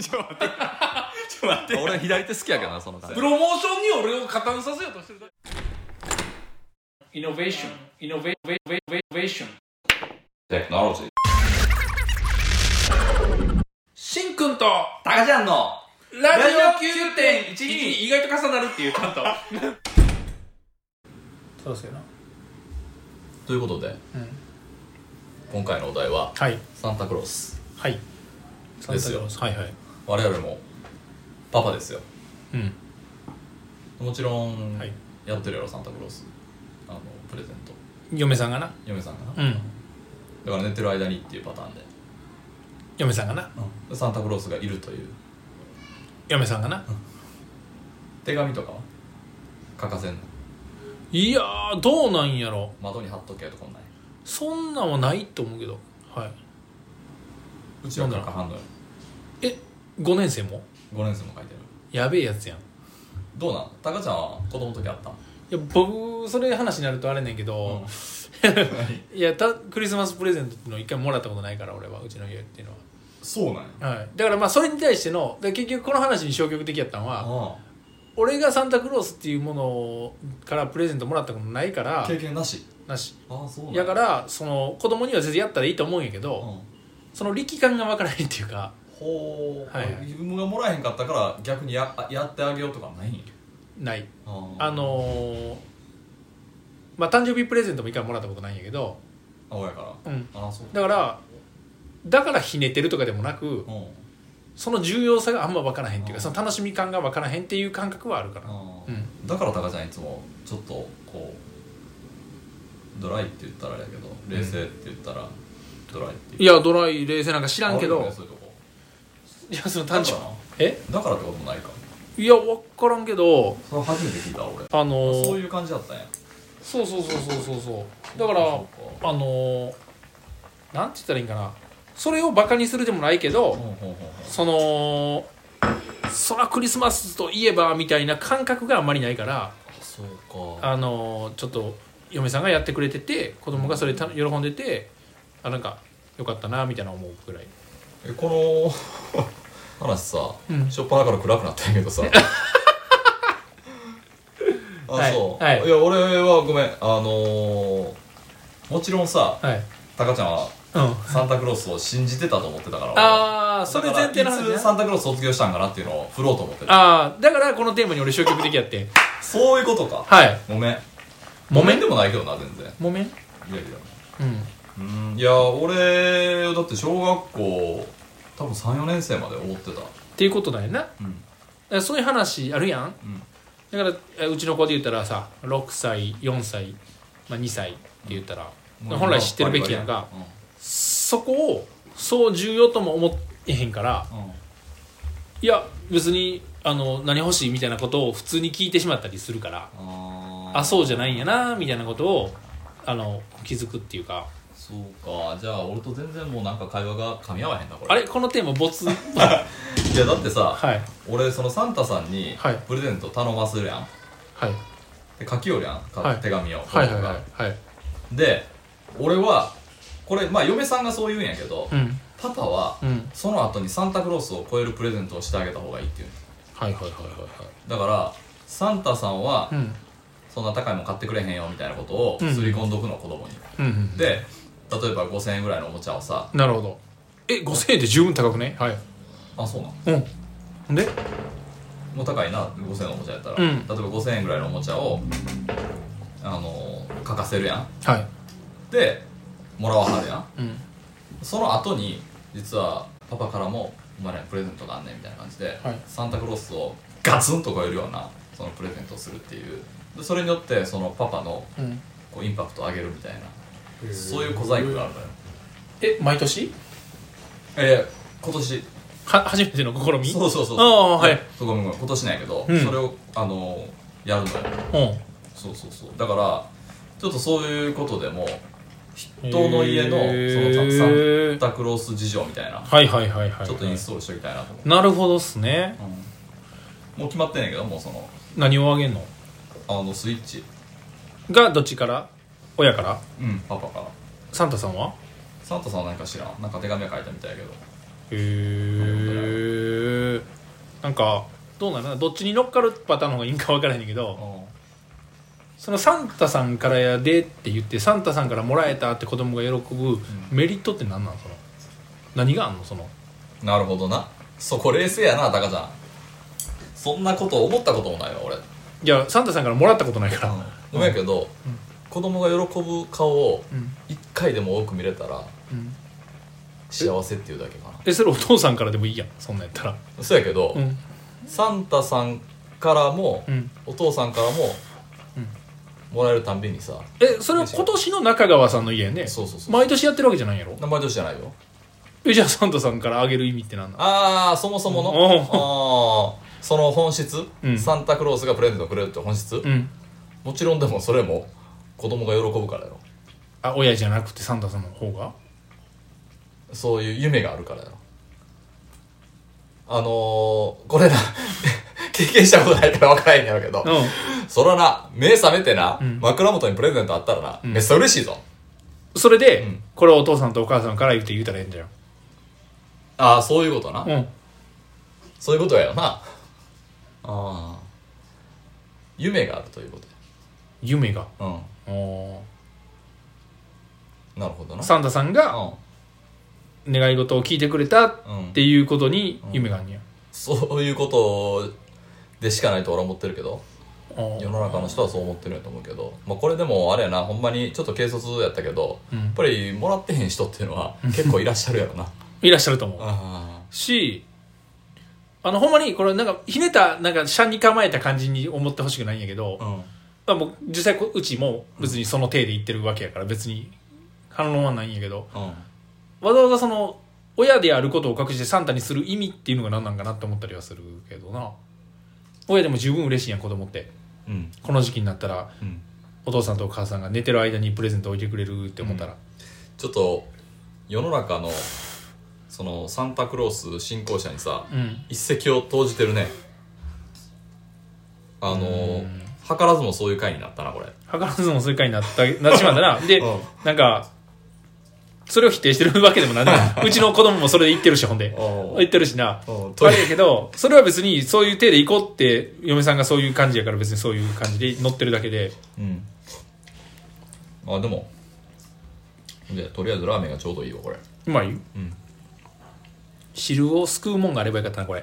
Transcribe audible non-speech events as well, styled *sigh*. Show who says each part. Speaker 1: ちょっと待って。ちょっと待って。
Speaker 2: 俺左手好きやけどなその感じ
Speaker 3: プロモーションに俺を加担させようとしてるだけイノベーションイノベーベベベベーション
Speaker 2: Technology
Speaker 3: しんくんと
Speaker 2: タカちゃんの
Speaker 3: ラジ
Speaker 2: ジ
Speaker 3: オ
Speaker 2: オ
Speaker 3: 9.12
Speaker 2: 9.12
Speaker 3: 意外と重なるっていうちゃんとそうですよな
Speaker 2: ということで、今回のお題は
Speaker 3: はい
Speaker 2: サンタクロース
Speaker 3: はい
Speaker 2: ですよ
Speaker 3: はいはい
Speaker 2: 我々もパパですよ
Speaker 3: うん
Speaker 2: もちろん、
Speaker 3: はい
Speaker 2: やってるやろサンタクロースあのプレゼント
Speaker 3: 嫁さんがな
Speaker 2: 嫁さんがな、
Speaker 3: うん
Speaker 2: だから寝てる間にっていうパターンで、
Speaker 3: 嫁さんがな
Speaker 2: サンタクロースがいるという
Speaker 3: 嫁さんがな
Speaker 2: 手紙とかは欠かせんの
Speaker 3: いやーどうなんやろ
Speaker 2: 窓に貼っとけとかもない
Speaker 3: そんなんはないと思うけどはいう
Speaker 2: ちはなんか貼んのよ
Speaker 3: え5年生も
Speaker 2: 5年生も書いてる
Speaker 3: やべえやつやん
Speaker 2: どうなんタカちゃんは子供の時あった
Speaker 3: いや僕それ話になるとあれねんけど、 *laughs* いやたクリスマスプレゼントっていうのを一回もらったことないから俺はうちの家っていうの
Speaker 2: そうなんや
Speaker 3: は、はい、だからまあそれに対してので結局この話に消極的やったのは
Speaker 2: あ
Speaker 3: 俺がサンタクロースっていうものからプレゼントもらったことないから
Speaker 2: あ経験なし
Speaker 3: なし
Speaker 2: ああそうなん
Speaker 3: やからその子供には全然やったらいいと思うんやけ
Speaker 2: う
Speaker 3: ど、
Speaker 2: ん
Speaker 3: その力感が分からへんっていうか
Speaker 2: ほう、
Speaker 3: はい
Speaker 2: 自分がもらえへんかったから逆にやあやってあげようとかないんや
Speaker 3: ない
Speaker 2: あ
Speaker 3: あのーまあ誕生日プレゼントも一回もらったことないんやけど、
Speaker 2: あ親から
Speaker 3: うん、
Speaker 2: ああそう
Speaker 3: だからだからひねってるとかでもなく、
Speaker 2: うん
Speaker 3: その重要さがあんま分からへんっていう
Speaker 2: う
Speaker 3: か
Speaker 2: ん
Speaker 3: その楽しみ感が分からへんっていう感覚はあるから
Speaker 2: あ
Speaker 3: うん
Speaker 2: ーだからタカちゃんいつもちょっとこうドライって言ったらあれやけど冷静って言ったらドライって
Speaker 3: い
Speaker 2: や
Speaker 3: やドライ冷静なんか知らんけど
Speaker 2: そういうとこ
Speaker 3: いやその
Speaker 2: だ
Speaker 3: 単
Speaker 2: か
Speaker 3: 純
Speaker 2: らな
Speaker 3: え
Speaker 2: だからってこともないか
Speaker 3: いや分からんけど
Speaker 2: それ初めて聞いた俺
Speaker 3: あのー
Speaker 2: そういう感じだったんや
Speaker 3: そうそうそうそうそうそうだから
Speaker 2: そ
Speaker 3: あのーなんて言ったらいいんかなそれをバカにするでもないけ
Speaker 2: う
Speaker 3: ど
Speaker 2: かうんうんうんうん
Speaker 3: そのそらクリスマスといえばみたいな感覚があんまりないから
Speaker 2: あそうか
Speaker 3: あのちょっと嫁さんがやってくれてて子供がそれた喜んでてあなんかよかったなみたいな思うぐらい
Speaker 2: えこの *laughs* 話さ
Speaker 3: うん
Speaker 2: しょっぱなから暗くなったんやけど
Speaker 3: *laughs*
Speaker 2: さあ、
Speaker 3: はい
Speaker 2: そう、
Speaker 3: はい
Speaker 2: いや俺はごめんあのー、もちろんさ
Speaker 3: はい、
Speaker 2: タカちゃんは
Speaker 3: うん、
Speaker 2: サンタクロースを信じてたと思ってたから俺は
Speaker 3: ああそれ前提の話
Speaker 2: だからいつ
Speaker 3: ね
Speaker 2: サンタクロース卒業したんかなっていうのを振ろうと思ってた
Speaker 3: ああだからこのテーマに俺消極的やってん
Speaker 2: そういうことか
Speaker 3: はい
Speaker 2: ごめん
Speaker 3: もめん
Speaker 2: でもないけどな全然
Speaker 3: もめん
Speaker 2: いやいや
Speaker 3: う
Speaker 2: う
Speaker 3: ん
Speaker 2: んいや俺だって小学校多分34年生まで思ってた
Speaker 3: っていうことだよなだか
Speaker 2: うん
Speaker 3: らそういう話あるやん
Speaker 2: うん
Speaker 3: だからえうちの子で言ったらさ6歳4歳、まあ、2歳って言ったら、本来知ってるべきやんかそこをそう重要とも思えへんから
Speaker 2: うん、うん
Speaker 3: いや別にあの何欲しいみたいなことを普通に聞いてしまったりするから
Speaker 2: あー
Speaker 3: あそうじゃないんやなみたいなことをあの気づくっていうか
Speaker 2: そうかじゃあ俺と全然もうなんか会話が噛み合わへんなこれ
Speaker 3: あれこのテーマボ *laughs* ツ
Speaker 2: いやだってさ
Speaker 3: はい
Speaker 2: 俺そのサンタさんに
Speaker 3: はい
Speaker 2: プレゼント頼まするやん
Speaker 3: はい
Speaker 2: で書きよるやんか、
Speaker 3: はい
Speaker 2: 手紙を
Speaker 3: はいはいはいはい
Speaker 2: で俺はこれまあ嫁さんがそう言うんやけど、
Speaker 3: うん
Speaker 2: パパは
Speaker 3: うん
Speaker 2: その後にサンタクロースを超えるプレゼントをしてあげた方がいいっていう
Speaker 3: はいはいはいは
Speaker 2: だからサンタさんはい
Speaker 3: はいうん
Speaker 2: そんな高いもん買ってくれへんよみたいなことを
Speaker 3: うん
Speaker 2: すり込んどくの子供に、
Speaker 3: うんうん
Speaker 2: で例えば5000円ぐらいのおもちゃをさ
Speaker 3: なるほどえ5000円って十分高くねはい
Speaker 2: あそうなん
Speaker 3: うんで
Speaker 2: もう高いな5000円のおもちゃやったら、
Speaker 3: うん
Speaker 2: 例えば5000円ぐらいのおもちゃをあのー書かせるやん
Speaker 3: はい
Speaker 2: でもらわはるやん
Speaker 3: うん
Speaker 2: その後に実はパパからも「お前らにプレゼントがあんねん」みたいな感じで、
Speaker 3: はい
Speaker 2: サンタクロースをガツンと超えるようなそのプレゼントをするっていうでそれによってそのパパの
Speaker 3: うん
Speaker 2: こうインパクトを上げるみたいなそういう小細工があるのよ
Speaker 3: え毎年
Speaker 2: えー、今年
Speaker 3: は初めての試み
Speaker 2: そうそうそう
Speaker 3: ああはい
Speaker 2: そうごめんごめん今年なんやけど、
Speaker 3: うん
Speaker 2: それをあのーやるのよ
Speaker 3: うん
Speaker 2: そうそうそうだからちょっとそういうことでも人の家のそのサ
Speaker 3: へ
Speaker 2: ン
Speaker 3: ー
Speaker 2: タクロース事情みたいな
Speaker 3: はいはいはいはい
Speaker 2: ちょっとインストールしておきたいなと思って、
Speaker 3: なるほどっすね
Speaker 2: うんもう決まってんねんけどもうその
Speaker 3: 何をあげんの
Speaker 2: あのスイッチ
Speaker 3: がどっちから親から
Speaker 2: うんパパから
Speaker 3: サンタさんは
Speaker 2: サンタさんは何か知らんなんか手紙は書いたみたいやけど
Speaker 3: へえなんかどうなのかなどっちに乗っかるパターンの方がいいんか分からへんけど、そのサンタさんからやでって言ってサンタさんからもらえたって子供が喜ぶメリットって何なんその何があんのその
Speaker 2: なるほどなそこ冷静やなタカちゃんそんなこと思ったこともないわ俺
Speaker 3: いやサンタさんからもらったことないから、
Speaker 2: ごめんやけど、
Speaker 3: うん
Speaker 2: 子供が喜ぶ顔を
Speaker 3: うん
Speaker 2: 一回でも多く見れたら
Speaker 3: うん
Speaker 2: 幸せっていうだけか
Speaker 3: えそれお父さんからでもいいやんそんなんやったら
Speaker 2: なそうやけど、
Speaker 3: うん
Speaker 2: サンタさんからも、
Speaker 3: うん
Speaker 2: お父さんからも、もらえるたんびにさ
Speaker 3: えそれは今年の中川さんの家やね
Speaker 2: そうそうそう
Speaker 3: 毎年やってるわけじゃないやろ
Speaker 2: 名前同士じゃないよ
Speaker 3: えじゃあサンタさんからあげる意味って何なの
Speaker 2: ああそもそもの
Speaker 3: うん
Speaker 2: あーその本質、
Speaker 3: うん
Speaker 2: サンタクロースがプレゼントくれるって本質、
Speaker 3: うん
Speaker 2: もちろんでもそれも子供が喜ぶからよ
Speaker 3: あ親じゃなくてサンタさんの方が
Speaker 2: そういう夢があるからよあのー、これな *laughs* 経験したことないから分からへんやろうけど、
Speaker 3: う
Speaker 2: そらな目覚めてな、
Speaker 3: ん
Speaker 2: 枕元にプレゼントあったらな、
Speaker 3: ん
Speaker 2: めっちゃ嬉しいぞ
Speaker 3: んそれで、
Speaker 2: うん
Speaker 3: これをお父さんとお母さんから言って言うたらええんじゃん
Speaker 2: ああそういうことな、
Speaker 3: うん
Speaker 2: そういうことやよなああ夢があるというこ
Speaker 3: 夢が
Speaker 2: とや
Speaker 3: お
Speaker 2: うんなるほどな
Speaker 3: ーサンタさんが
Speaker 2: う
Speaker 3: 願い事を聞いてくれたっ
Speaker 2: ん、うん、
Speaker 3: ていうことに夢があんねや、
Speaker 2: そういうことでしかないと俺は思ってるけど
Speaker 3: おー
Speaker 2: 世の中の人はそう思ってるんやと思うけど、まあ、これでもあれやなほんまにちょっと軽率やったけど、
Speaker 3: うん
Speaker 2: やっぱりもらってへん人っていうのは結構いらっしゃるやろな
Speaker 3: いらっしゃると思う
Speaker 2: *laughs* あ
Speaker 3: しあのほんまにこれなんかひねたなんか車に構えた感じに思ってほしくないんやけど、
Speaker 2: あ
Speaker 3: まあ、もう実際こうちも別にその体で言ってるわけやから別に反論はないんやけど
Speaker 2: うんうん
Speaker 3: わざわざその親であることを隠してサンタにする意味っていうのが何なんかなって思ったりはするけどな親でも十分嬉しいやん子供って
Speaker 2: うん
Speaker 3: この時期になったら
Speaker 2: うん
Speaker 3: お父さんとお母さんが寝てる間にプレゼント置いてくれるって思ったら、
Speaker 2: ちょっと世の中のそのサンタクロース信仰者にさ、
Speaker 3: うん
Speaker 2: 一石を投じてるねあのー図らずもそういう回になったなこれ
Speaker 3: 図らずもそういう回になったなっちまうんだな
Speaker 2: *laughs*
Speaker 3: で、
Speaker 2: うん
Speaker 3: なんかそれを否定してるわけでもなんでもないうちの子供もそれで言ってるしほんで言ってるしな
Speaker 2: うんトイ
Speaker 3: 悪
Speaker 2: レ
Speaker 3: いけどそれは別にそういう体で行こうって嫁さんがそういう感じやから別にそういう感じで乗ってるだけで
Speaker 2: うんあでもじゃあとりあえずラーメンがちょうどいいわこれ
Speaker 3: うまい、
Speaker 2: うん
Speaker 3: 汁をすくうもんがあればよかったなこれ